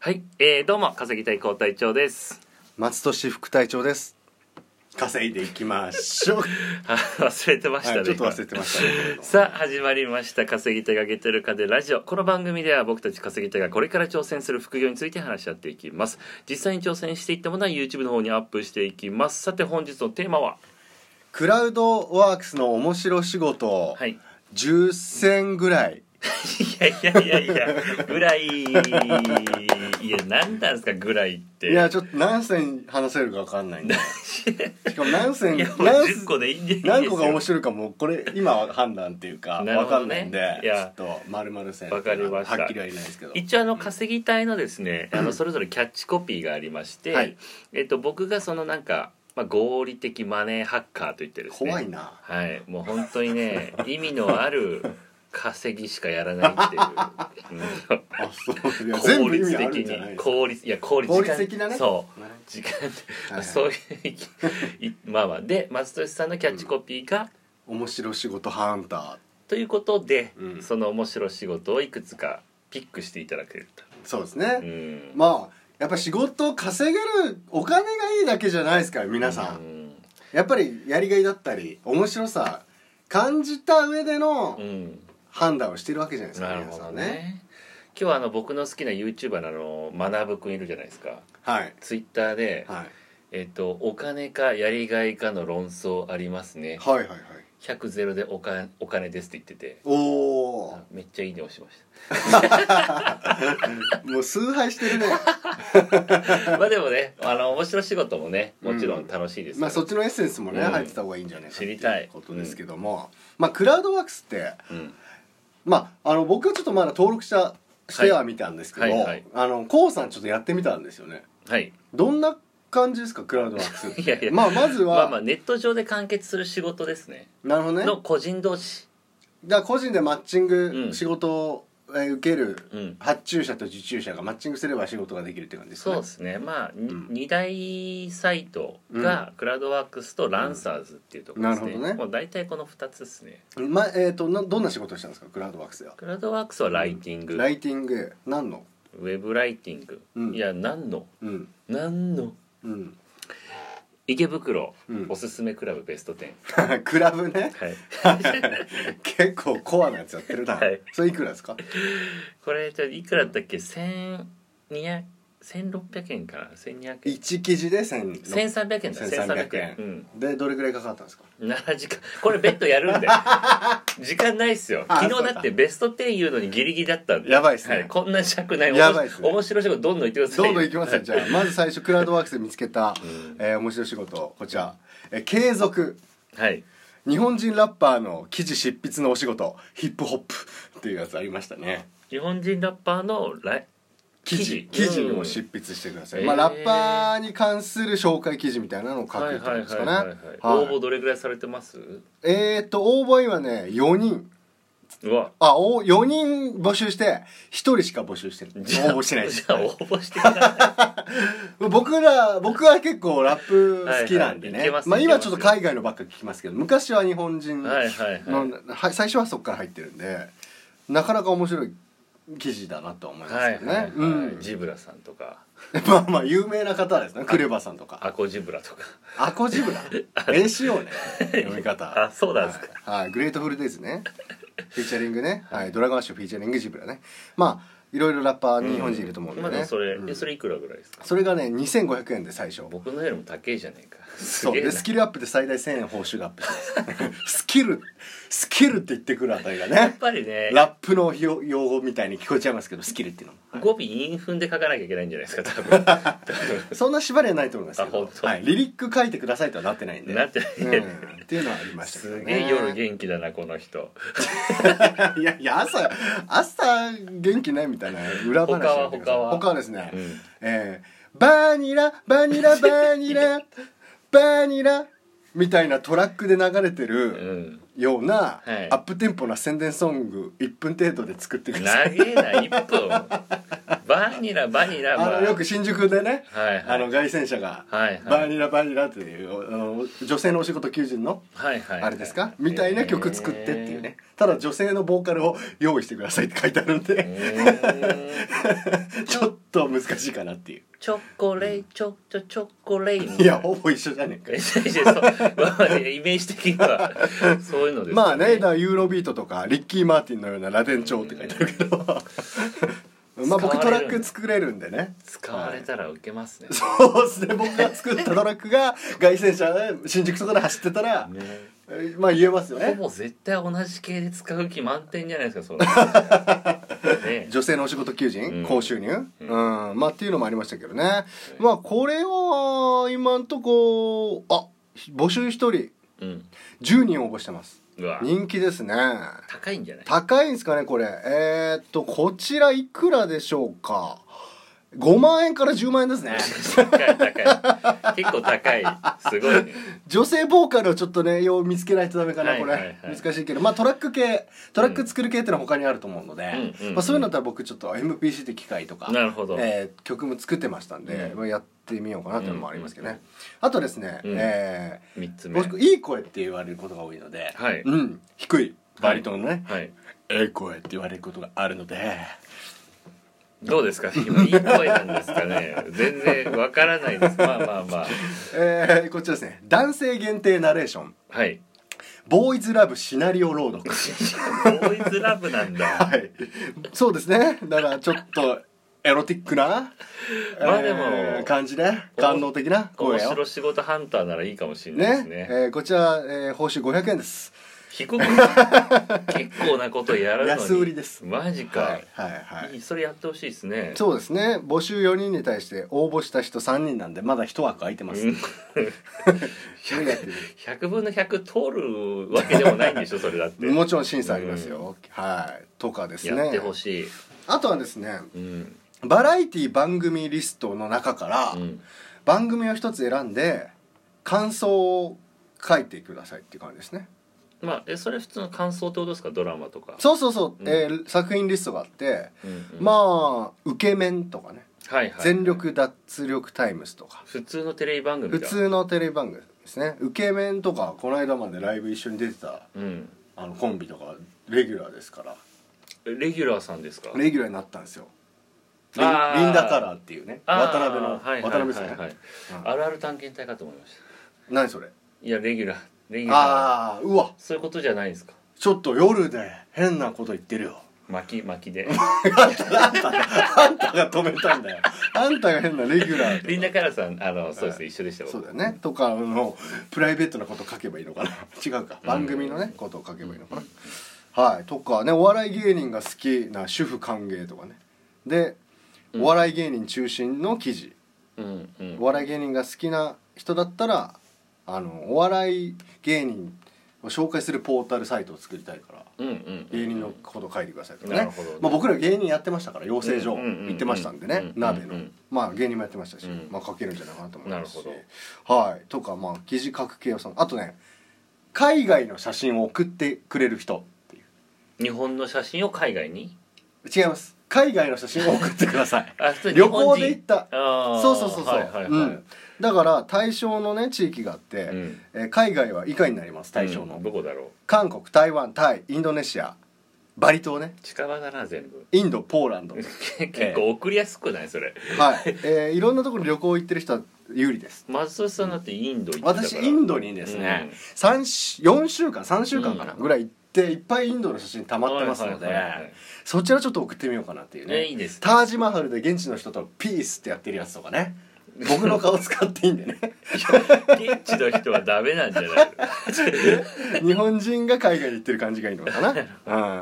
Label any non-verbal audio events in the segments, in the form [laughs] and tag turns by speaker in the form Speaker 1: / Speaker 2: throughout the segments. Speaker 1: はい、えー、どうも稼ぎたい高隊長です。 [laughs]
Speaker 2: 松戸市副隊長です。
Speaker 3: 稼いでいきましょう、
Speaker 2: [laughs]
Speaker 1: あ忘れてましたね、
Speaker 2: はい、ちょっと忘れてましたね。
Speaker 1: さあ始まりました「稼ぎ手がゲテルカでラジオ」この番組では僕たち稼ぎ手がこれから挑戦する副業について話し合っていきます実際に挑戦していったものは YouTube の方にアップしていきますさて本日のテーマは
Speaker 2: クラウドワークスの面白仕事、
Speaker 1: はいい
Speaker 2: 10選ぐらい。
Speaker 1: やいやいやいやぐらいいや何なんですかぐらいって
Speaker 2: いやちょっと何選話せるかわかんないんで。しかも何選
Speaker 1: いやもう
Speaker 2: 何
Speaker 1: 10個でいいんでいいんですよ
Speaker 2: 何個が面白いかもうこれ今は判断っていうか
Speaker 1: なる
Speaker 2: わ
Speaker 1: ほどね
Speaker 2: かんないんで、
Speaker 1: い
Speaker 2: ちょ
Speaker 1: や
Speaker 2: っと丸々選
Speaker 1: わかりました
Speaker 2: はっきりは言えないですけど。
Speaker 1: 一応あの稼ぎ隊のですね、あのそれぞれキャッチコピーがありまして、
Speaker 2: はい
Speaker 1: えっと僕がそのなんか、まあ、合理的マネーハッカーと言ってですね
Speaker 2: 怖いな。
Speaker 1: はいもう本当にね [laughs] 意味のある稼ぎしかやらないって
Speaker 2: [laughs]
Speaker 1: いう、うん
Speaker 2: あそう
Speaker 1: [laughs]
Speaker 2: いや全
Speaker 1: 効
Speaker 2: 部意味
Speaker 1: 率
Speaker 2: あ
Speaker 1: 的
Speaker 2: るんじゃない
Speaker 1: に
Speaker 2: ですか。
Speaker 1: 効率いや効率
Speaker 2: 効率的なね
Speaker 1: そう
Speaker 2: はい
Speaker 1: 時間、 [laughs]
Speaker 2: はい
Speaker 1: そういういいまあまあで松俊さんのキャッチコピーが、
Speaker 2: 面白仕事ハンター。
Speaker 1: ということで、
Speaker 2: うん
Speaker 1: その面白い仕事をいくつかピックしていただける
Speaker 2: そうですね
Speaker 1: と、。うん
Speaker 2: まあやっぱ仕事を稼げるお金がいいだけじゃないですから皆さ
Speaker 1: うんん
Speaker 2: やっぱりやりがいだったり面白さ感じた上での
Speaker 1: うん
Speaker 2: 判断をしてるわけじゃないですか
Speaker 1: なる
Speaker 2: 皆
Speaker 1: ほ
Speaker 2: さ
Speaker 1: ど
Speaker 2: ん
Speaker 1: ね今日はあの僕の好きな YouTuber のあのまなぶくんいるじゃないですか
Speaker 2: はい
Speaker 1: ツイッターで、
Speaker 2: はい
Speaker 1: えっと「お金かやりがいかの論争ありますね
Speaker 2: はいはいはい
Speaker 1: 100ゼロでおかお金です」って言ってて
Speaker 2: おお
Speaker 1: あめっちゃいいね押しまし
Speaker 2: もう崇拝して
Speaker 1: [laughs]
Speaker 2: るね
Speaker 1: た [laughs] まあでもねあの面白い仕事もねもちろん楽しいです
Speaker 2: まあそっ
Speaker 1: っ
Speaker 2: ちのエッセンスもね
Speaker 1: うん
Speaker 2: 入ってた方がいいんじゃないかって
Speaker 1: 知りたいう
Speaker 2: ことですけどもまあクラウドワークスって
Speaker 1: うん
Speaker 2: まああの僕はちょっとまだ登録したしてはみたんですけど
Speaker 1: はいはい
Speaker 2: あのコウさんちょっとやってみたんですよね
Speaker 1: はい
Speaker 2: どんな感じですかクラウドワークスっ
Speaker 1: [laughs]
Speaker 2: て
Speaker 1: いやいや
Speaker 2: まあまずは、
Speaker 1: まあまあネット上で完結する仕事ですね
Speaker 2: なるほどねだ
Speaker 1: の
Speaker 2: か
Speaker 1: 個人同士
Speaker 2: ら個人でマッチング、
Speaker 1: うん
Speaker 2: 仕事をえー受ける、
Speaker 1: うん
Speaker 2: 発注者と受注者がマッチングすれば仕事ができるって感じです
Speaker 1: そう
Speaker 2: ね
Speaker 1: ですねまあ、に
Speaker 2: うん
Speaker 1: 二大サイトがクラウドワークスとランサーズっていうところですね,、
Speaker 2: うんなるほどね
Speaker 1: もう大体この2つですね
Speaker 2: まえー、となどんな仕事をしたんですかクラウドワークスでは
Speaker 1: クラウドワークスはライティング、
Speaker 2: ライティング何の
Speaker 1: ウェブライティング、
Speaker 2: うん
Speaker 1: いや何の
Speaker 2: うん
Speaker 1: 何の
Speaker 2: うん [laughs]
Speaker 1: 池袋、
Speaker 2: うん
Speaker 1: おすすめクラブベスト10
Speaker 2: クラブね
Speaker 1: はい
Speaker 2: 結構コアなやつやってるな、
Speaker 1: はい
Speaker 2: それいくらですか
Speaker 1: これじゃあいくらだったっけ1200 1600円かな1200円
Speaker 2: 1記事で1000
Speaker 1: 1300円だ
Speaker 2: 1300
Speaker 1: 1300
Speaker 2: 円
Speaker 1: 円、うん
Speaker 2: でどれぐらいかかったんですか
Speaker 1: 7時間これベッドやる
Speaker 2: [laughs]
Speaker 1: んで時間ないっすよ
Speaker 2: あ
Speaker 1: 昨日だってベスト10言うのにギリギリだったんで
Speaker 2: やばいっすね
Speaker 1: はこんな尺ない
Speaker 2: やばいっすね
Speaker 1: 面白い仕事どんどん言ってください
Speaker 2: どんどんいきますよじゃあまず最初クラウドワークスで見つけた、
Speaker 1: ん
Speaker 2: えー面白い仕事こちら、えー継続
Speaker 1: はい
Speaker 2: 日本人ラッパーの記事執筆のお仕事ヒップホップっていうやつありましたね
Speaker 1: 日本人ラッパーのライ
Speaker 2: 記事
Speaker 1: 記
Speaker 2: 記
Speaker 1: 事
Speaker 2: 事
Speaker 1: うん
Speaker 2: を執筆してください、
Speaker 1: えー
Speaker 2: まあ、ラッパーに関する紹介記事みたいなのを書くってことですかね
Speaker 1: 応
Speaker 2: は
Speaker 1: 募
Speaker 2: い
Speaker 1: どれぐらいされてます
Speaker 2: えー、っと応募は今ね4人
Speaker 1: うわ
Speaker 2: あお4人募集して1人しか募集してる応
Speaker 1: じゃあ
Speaker 2: 募してないで
Speaker 1: じ
Speaker 2: す
Speaker 1: ゃあ応募してくださ
Speaker 2: 僕ら僕は結構ラップ好きなんで
Speaker 1: はいはいいけ
Speaker 2: ね
Speaker 1: ます
Speaker 2: まあ
Speaker 1: いけま
Speaker 2: 今
Speaker 1: す
Speaker 2: ちょっと海外のばっか聞きますけど昔は日本人
Speaker 1: い
Speaker 2: の、
Speaker 1: はいはいはい
Speaker 2: はい最初はそこから入ってるんでなかなか面白い記事だなとは思いま
Speaker 1: は
Speaker 2: す
Speaker 1: い
Speaker 2: けど
Speaker 1: はいはい
Speaker 2: ねうん
Speaker 1: ジブラさんとか
Speaker 2: まあまあ有名な方ですねクレバさんとか
Speaker 1: アコジブラとか
Speaker 2: アコジ
Speaker 1: [laughs]
Speaker 2: ブラ ACO ね読み方
Speaker 1: あそうなんですか
Speaker 2: はい、はいグレートフルデイズねフィーチャリングね、はい、ドラゴンアッシュフィーチャリングジブラねまあいろいろラッパーに日本人いると思うんでね、
Speaker 1: 今のそれ
Speaker 2: うん
Speaker 1: えそれいくらぐらいですか
Speaker 2: それがね2500円で最初
Speaker 1: 僕のよりも高いじゃねえかす
Speaker 2: そう
Speaker 1: げえな
Speaker 2: でスキルアップで最大1000円報酬がアップし [laughs] ますスキルスキルって言ってくるあたりが
Speaker 1: やっ
Speaker 2: ね
Speaker 1: ぱりね
Speaker 2: ラップの用用語みたいに聞こえちゃいますけどスキルっていうのも、はい
Speaker 1: 語尾韻踏んで書かなきゃいけないんじゃないですか多分
Speaker 2: そんな縛りはないと思いますけ
Speaker 1: あ
Speaker 2: ど
Speaker 1: 本、当
Speaker 2: はい、リリック書いてくださいとはなってないんで
Speaker 1: なってない
Speaker 2: うん、っていうのはありましたけど
Speaker 1: す
Speaker 2: [laughs] ね
Speaker 1: げえ夜
Speaker 2: [laughs]
Speaker 1: 元気だなこの人
Speaker 2: いやいや朝朝元気ないみたいな裏話
Speaker 1: 他は
Speaker 2: やめてください
Speaker 1: 他は
Speaker 2: 他はですね、
Speaker 1: うん
Speaker 2: えーバニラバニラバ
Speaker 1: [laughs]
Speaker 2: ニラバニラみたいなトラックで流れて
Speaker 1: う
Speaker 2: る
Speaker 1: ん
Speaker 2: ような、
Speaker 1: はい
Speaker 2: アップテンポな宣伝ソング1分程度で作ってください
Speaker 1: 長えな1分バニラバニラま
Speaker 2: あのよく新宿でね、
Speaker 1: はいはい
Speaker 2: あの凱旋者が、
Speaker 1: はいはい
Speaker 2: バニラバニラ」っていうあの女性のお仕事求人の
Speaker 1: はいはいはい
Speaker 2: あれですか、みたいな曲作ってっていうね、ただ女性のボーカルを用意してくださいって書いてあるんで、
Speaker 1: えー
Speaker 2: ちょっと難しいかなっていう
Speaker 1: チョコレイチョチョチョコレイみた [laughs]
Speaker 2: いやほぼ一緒じゃねえか
Speaker 1: いや
Speaker 2: よ
Speaker 1: そうイメージ的にはそういうのですよ
Speaker 2: まあねだからユーロビートとかリッキー・マーティンのようなラテン調って書いてあ
Speaker 1: [laughs]
Speaker 2: るけどまあ僕トラック作れるんでね
Speaker 1: 使われたらウケますね、
Speaker 2: そうですね僕が作ったトラックが凱旋車で新宿とかで走ってたら、
Speaker 1: ね
Speaker 2: えまあ言えますよ
Speaker 1: ほ
Speaker 2: ね
Speaker 1: ぼ絶対同じ系で使う気満点じゃないですか
Speaker 2: [laughs]
Speaker 1: そのね
Speaker 2: 女性のお仕事求人、
Speaker 1: うん
Speaker 2: 高収入、うんまあっていうのもありましたけどね、まあこれは今んとこあ募集1人
Speaker 1: うん
Speaker 2: 10人応募してます
Speaker 1: うわ
Speaker 2: 人気ですね
Speaker 1: 高いんじゃない
Speaker 2: 高いんですかねこれえー、っとこちらいくらでしょうか5万円から10万円ですね
Speaker 1: 高い高い結構高いすごいね
Speaker 2: 女性ボーカルをちょっとねよう見つけないとダメかな、
Speaker 1: はいはいはい
Speaker 2: これ難しいけどまあトラック系トラック作る系ってのは他にあると思うので、
Speaker 1: うんうん
Speaker 2: まあ、そういうのだったら僕ちょっと MPC って機械とか
Speaker 1: なるほど
Speaker 2: えー曲も作ってましたんで、
Speaker 1: うん
Speaker 2: まあ、やってみようかなっていうのもありますけどね、あとですね、
Speaker 1: うん
Speaker 2: え
Speaker 1: 3つ
Speaker 2: ー
Speaker 1: 目
Speaker 2: 僕いい声って言われることが多いので、
Speaker 1: はい
Speaker 2: うん低いバリトンのね、
Speaker 1: はい
Speaker 3: ええ声って言われることがあるので
Speaker 1: どうですか今いい声なんですかね全然わからないですまあまあまあ
Speaker 2: えーこっちですね男性限定ナレーション
Speaker 1: はい
Speaker 2: ボーイズラブシナリオ朗読
Speaker 1: ボーイズラブなんだ
Speaker 2: はいそうですねだからちょっとエロティックな、
Speaker 1: [laughs] まあでも
Speaker 2: えー感じで感動的な声
Speaker 1: 面
Speaker 2: を
Speaker 1: 白仕事ハンターならいいかもしれないです
Speaker 2: ね
Speaker 1: ね
Speaker 2: えーこちら、えー報酬500円です
Speaker 1: 低く結構なことやるのに
Speaker 2: 安売りです
Speaker 1: マジか、
Speaker 2: はいはいはい
Speaker 1: いいそれやってほしいですね
Speaker 2: そうですね募集4人に対して応募した人3人なんでまだ1枠空いてます、
Speaker 1: うん
Speaker 2: [laughs] 無理やってる
Speaker 1: 100分の100通るわけでもないんでしょそれだって
Speaker 2: もちろん審査ありますよ、はいとかです
Speaker 1: やっ
Speaker 2: ね
Speaker 1: てほしい、
Speaker 2: あとはですね
Speaker 1: うん
Speaker 2: バラエティ番組リストの中から、
Speaker 1: うん、
Speaker 2: 番組を一つ選んで感想を書いてくださいっていう感じですね
Speaker 1: まあえそれ普通の感想ってことですかドラマとか
Speaker 2: そうそうそう、
Speaker 1: うん
Speaker 2: えー作品リストがあって、
Speaker 1: う、んうん
Speaker 2: まあ受け面とかね、
Speaker 1: はいはい、
Speaker 2: 全力脱力タイムスとか
Speaker 1: 普通のテレビ番組だ
Speaker 2: 普、通のテレビ番組ですね受け面とかこの間までライブ一緒に出てた
Speaker 1: うん、
Speaker 2: あのコンビとかレギュラーですから
Speaker 1: レギュラーさんですか
Speaker 2: レギュラーになったんですよリンリン
Speaker 1: あー
Speaker 2: ダカラーっていうね
Speaker 1: あー
Speaker 2: 渡辺の、
Speaker 1: はいはいはい
Speaker 2: 渡辺さんね、
Speaker 1: はい
Speaker 2: うん
Speaker 1: あるある探検隊かと思いまし
Speaker 2: 何それ
Speaker 1: たいやレギュラーレギュラー
Speaker 2: ああうわ
Speaker 1: そういうことじゃないですか
Speaker 2: ちょっと夜で変なこと言ってるよ
Speaker 1: 巻き巻き
Speaker 2: [laughs]
Speaker 1: で
Speaker 2: あんたが止めたんだよあんたが変なレギュラー
Speaker 1: リンダカラーさんあのそうです、一緒でした僕
Speaker 2: そうだよねとかのプライベートなこと書けばいいのかな [laughs] 違うか番組のねことを書けばいいのかなはいとかねお笑い芸人が好きな主婦歓迎とかねでお笑い芸人中心の記事
Speaker 1: うんうん
Speaker 2: お笑い芸人が好きな人だったらあのお笑い芸人を紹介するポータルサイトを作りたいから
Speaker 1: うんうん
Speaker 2: 芸人のこと書いてくださいとか
Speaker 1: な
Speaker 2: ね
Speaker 1: るほどね
Speaker 2: まあ、僕ら芸人やってましたから養成所
Speaker 1: うんうんうんうん
Speaker 2: 行ってましたんでね
Speaker 1: うん
Speaker 2: 鍋
Speaker 1: う
Speaker 2: の
Speaker 1: ん
Speaker 2: まあ芸人もやってましたし、
Speaker 1: うん
Speaker 2: まあ、書けるんじゃないかなと思いますし
Speaker 1: なる
Speaker 2: はいとかまあ記事書く系をそのあとね海外の写真を送ってくれる人っていう
Speaker 1: 日本の写真を海外に
Speaker 2: 違います海外の写真を送ってください
Speaker 1: あ普通に日
Speaker 2: 旅
Speaker 1: 本人
Speaker 2: 行で行った
Speaker 1: [laughs] あー
Speaker 2: そうそうそうそう、
Speaker 1: はいはいはい、
Speaker 2: うん、だから対象のね地域があって、
Speaker 1: うん
Speaker 2: えー海外は以下になります対象の、
Speaker 1: うんどこだろう
Speaker 2: 韓国台湾タイインドネシアバリ島ね
Speaker 1: 近場だな全 [laughs] 部
Speaker 2: インドポーランド
Speaker 1: 結構送りやすくないそれ
Speaker 2: はい、えーいろんなところに旅行行ってる人は有利です
Speaker 1: 松尾さんだってインド行ってたから
Speaker 2: 私インドにですね
Speaker 1: うん、
Speaker 2: 三し4週間3週間かな、
Speaker 1: うん
Speaker 2: ぐらい行っていっぱいインドの写真溜まってますので、
Speaker 1: はいはいはいはい
Speaker 2: そちらちょっと送ってみようかなっていうね
Speaker 1: えいいですね
Speaker 2: タージマハルで現地の人と「ピース」ってやってるやつとかね僕の顔使っていいんでね [laughs]
Speaker 1: 現地の人はダメなんじゃない
Speaker 2: 日本人が海外に行ってる感じがいいのかな、 [laughs]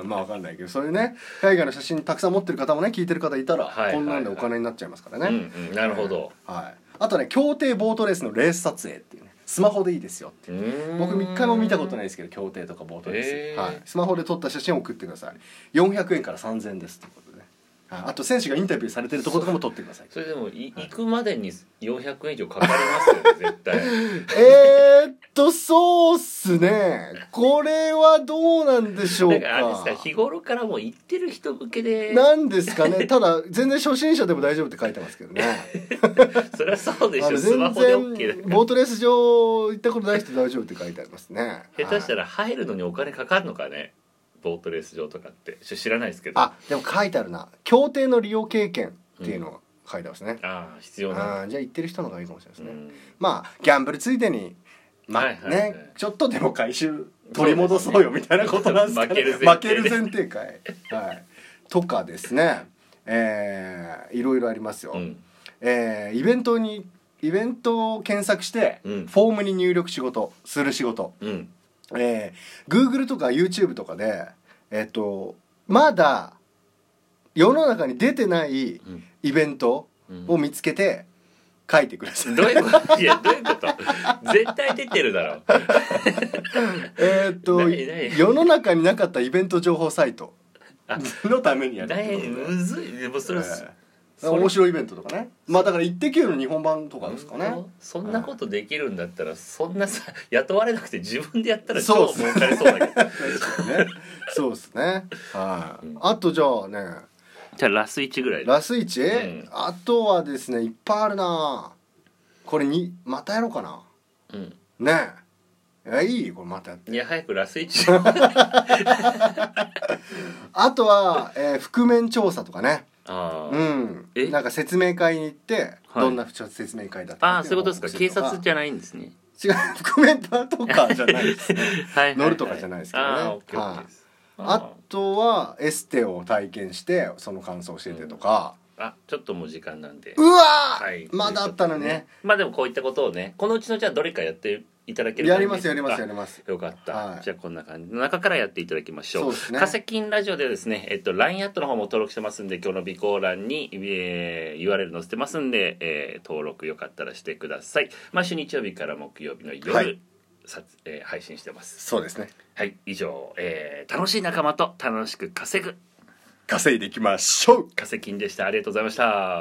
Speaker 2: うん、まあわかんないけどそういうね海外の写真たくさん持ってる方もね聞いてる方いたら、
Speaker 1: はいはいはい
Speaker 2: こんなんでお金になっちゃいますからね、
Speaker 1: うんうんなるほど、
Speaker 2: はい、あとね競艇ボートレースのレース撮影っていうねスマホでいいですよっていう僕一回も見たことない
Speaker 1: い
Speaker 2: ですけど競艇とかボートレース、
Speaker 1: へー
Speaker 2: はい、スマホで撮った写真を送ってください400円から3000円ですということでねああと選手がインタビューされてるところとかも撮ってください
Speaker 1: それでもい行くまでに400円以上かかりますよね絶対
Speaker 2: [laughs] えー、っとそうっすねこれはどうなんでしょ
Speaker 1: な
Speaker 2: うん
Speaker 1: かあれです
Speaker 2: か
Speaker 1: か日頃からもう行ってる人向けで
Speaker 2: なんですかねただ全然初心者でも大丈夫って書いてますけどね
Speaker 1: そりゃそう [laughs] でし
Speaker 2: あ
Speaker 1: ょ
Speaker 2: の
Speaker 1: スマホで
Speaker 2: 全
Speaker 1: OK だ
Speaker 2: 然
Speaker 1: から
Speaker 2: ボートレース場行ったことない人大丈夫って書いてありますね
Speaker 1: 下手した
Speaker 2: ら
Speaker 1: ら入るのにお金かかるのかねボートレース場とかってちょ知らないですけど
Speaker 2: あでも書いてあるな協定の利用経験っていうのが書いてますね、
Speaker 1: あー必要な
Speaker 2: あーじゃあ行ってる人の方がいいかもしれないですね、
Speaker 1: うん
Speaker 2: まあギャンブルついでにまあ、
Speaker 1: はいはいはい
Speaker 2: ねちょっとでも回収取り戻そうよみたいなことなんですかね負
Speaker 1: 負
Speaker 2: け
Speaker 1: け
Speaker 2: る
Speaker 1: る前提で
Speaker 2: 前提かい、はい、とかですねえーいろいろありますよ、
Speaker 1: うん
Speaker 2: えーイベントにイベントを検索して、
Speaker 1: うん
Speaker 2: フォームに入力仕事する仕事、
Speaker 1: うん
Speaker 2: えー、Google とか YouTube とかでえっ、とまだ世の中に出てない
Speaker 1: うん
Speaker 2: イベントを見つけて書いてください、
Speaker 1: どういうことい [laughs] やどういうこと絶対出てるだろう
Speaker 2: えーっと
Speaker 1: ないない
Speaker 2: 世の中になかったイベント情報サイト
Speaker 1: あ
Speaker 2: のためにやるって
Speaker 1: 大
Speaker 2: ことで
Speaker 1: 変むずいでもそれは
Speaker 2: ええ面白いイベントとかねまあだから「イッテ Q!」の日本版とかですかね
Speaker 1: そんなことできるんだったらそんなさ [laughs] 雇われなくて自分でやったら
Speaker 2: そう
Speaker 1: 超
Speaker 2: っす
Speaker 1: 儲かりそうだけ
Speaker 2: [laughs]
Speaker 1: ど [laughs]
Speaker 2: ねそうですねはいあとじゃあね
Speaker 1: じゃあラス1ぐらいで
Speaker 2: ラスイチ、
Speaker 1: ん
Speaker 2: あとはですねいっぱいあるなこれにまたやろうかな
Speaker 1: うん
Speaker 2: ねえいやいいこれまたやって
Speaker 1: いや早くラス1
Speaker 2: あとは、えー覆面調査とかね
Speaker 1: あ
Speaker 2: う
Speaker 1: ー
Speaker 2: ん
Speaker 1: え
Speaker 2: なんか説明会に行って、
Speaker 1: はい
Speaker 2: どんな説明会だった
Speaker 1: あーそういうことですか警察じ
Speaker 2: ゃ
Speaker 1: ゃないんですね
Speaker 2: 違う覆面パとかじゃないですね
Speaker 1: はいはいはい
Speaker 2: 乗るとかじゃないですけどね
Speaker 1: あーオッケーオッケーです
Speaker 2: [laughs] あとはエステを体験してその感想を教えてとか、
Speaker 1: あーあちょっともう時間なんで
Speaker 2: うわー、
Speaker 1: はい
Speaker 2: まだあったのにね
Speaker 1: まあでもこういったことをねこのうちのじゃあどれかやっていただける
Speaker 2: やりますやりますや
Speaker 1: よ
Speaker 2: ります
Speaker 1: よかった、
Speaker 2: はい
Speaker 1: じゃあこんな感じの中からやっていただきましょう
Speaker 2: そうですね
Speaker 1: 化石金ラジオではですね、えっと、LINE アットの方も登録してますんで今日の備考欄に、えー URL 載せてますんで、えー登録よかったらしてください毎週日曜日から木曜日の夜、
Speaker 2: はい
Speaker 1: さえー配信してます
Speaker 2: そうですね
Speaker 1: はい以上、えー楽しい仲間と楽しく稼ぐ
Speaker 3: 稼いでいきましょう
Speaker 1: 化石金でしたありがとうございました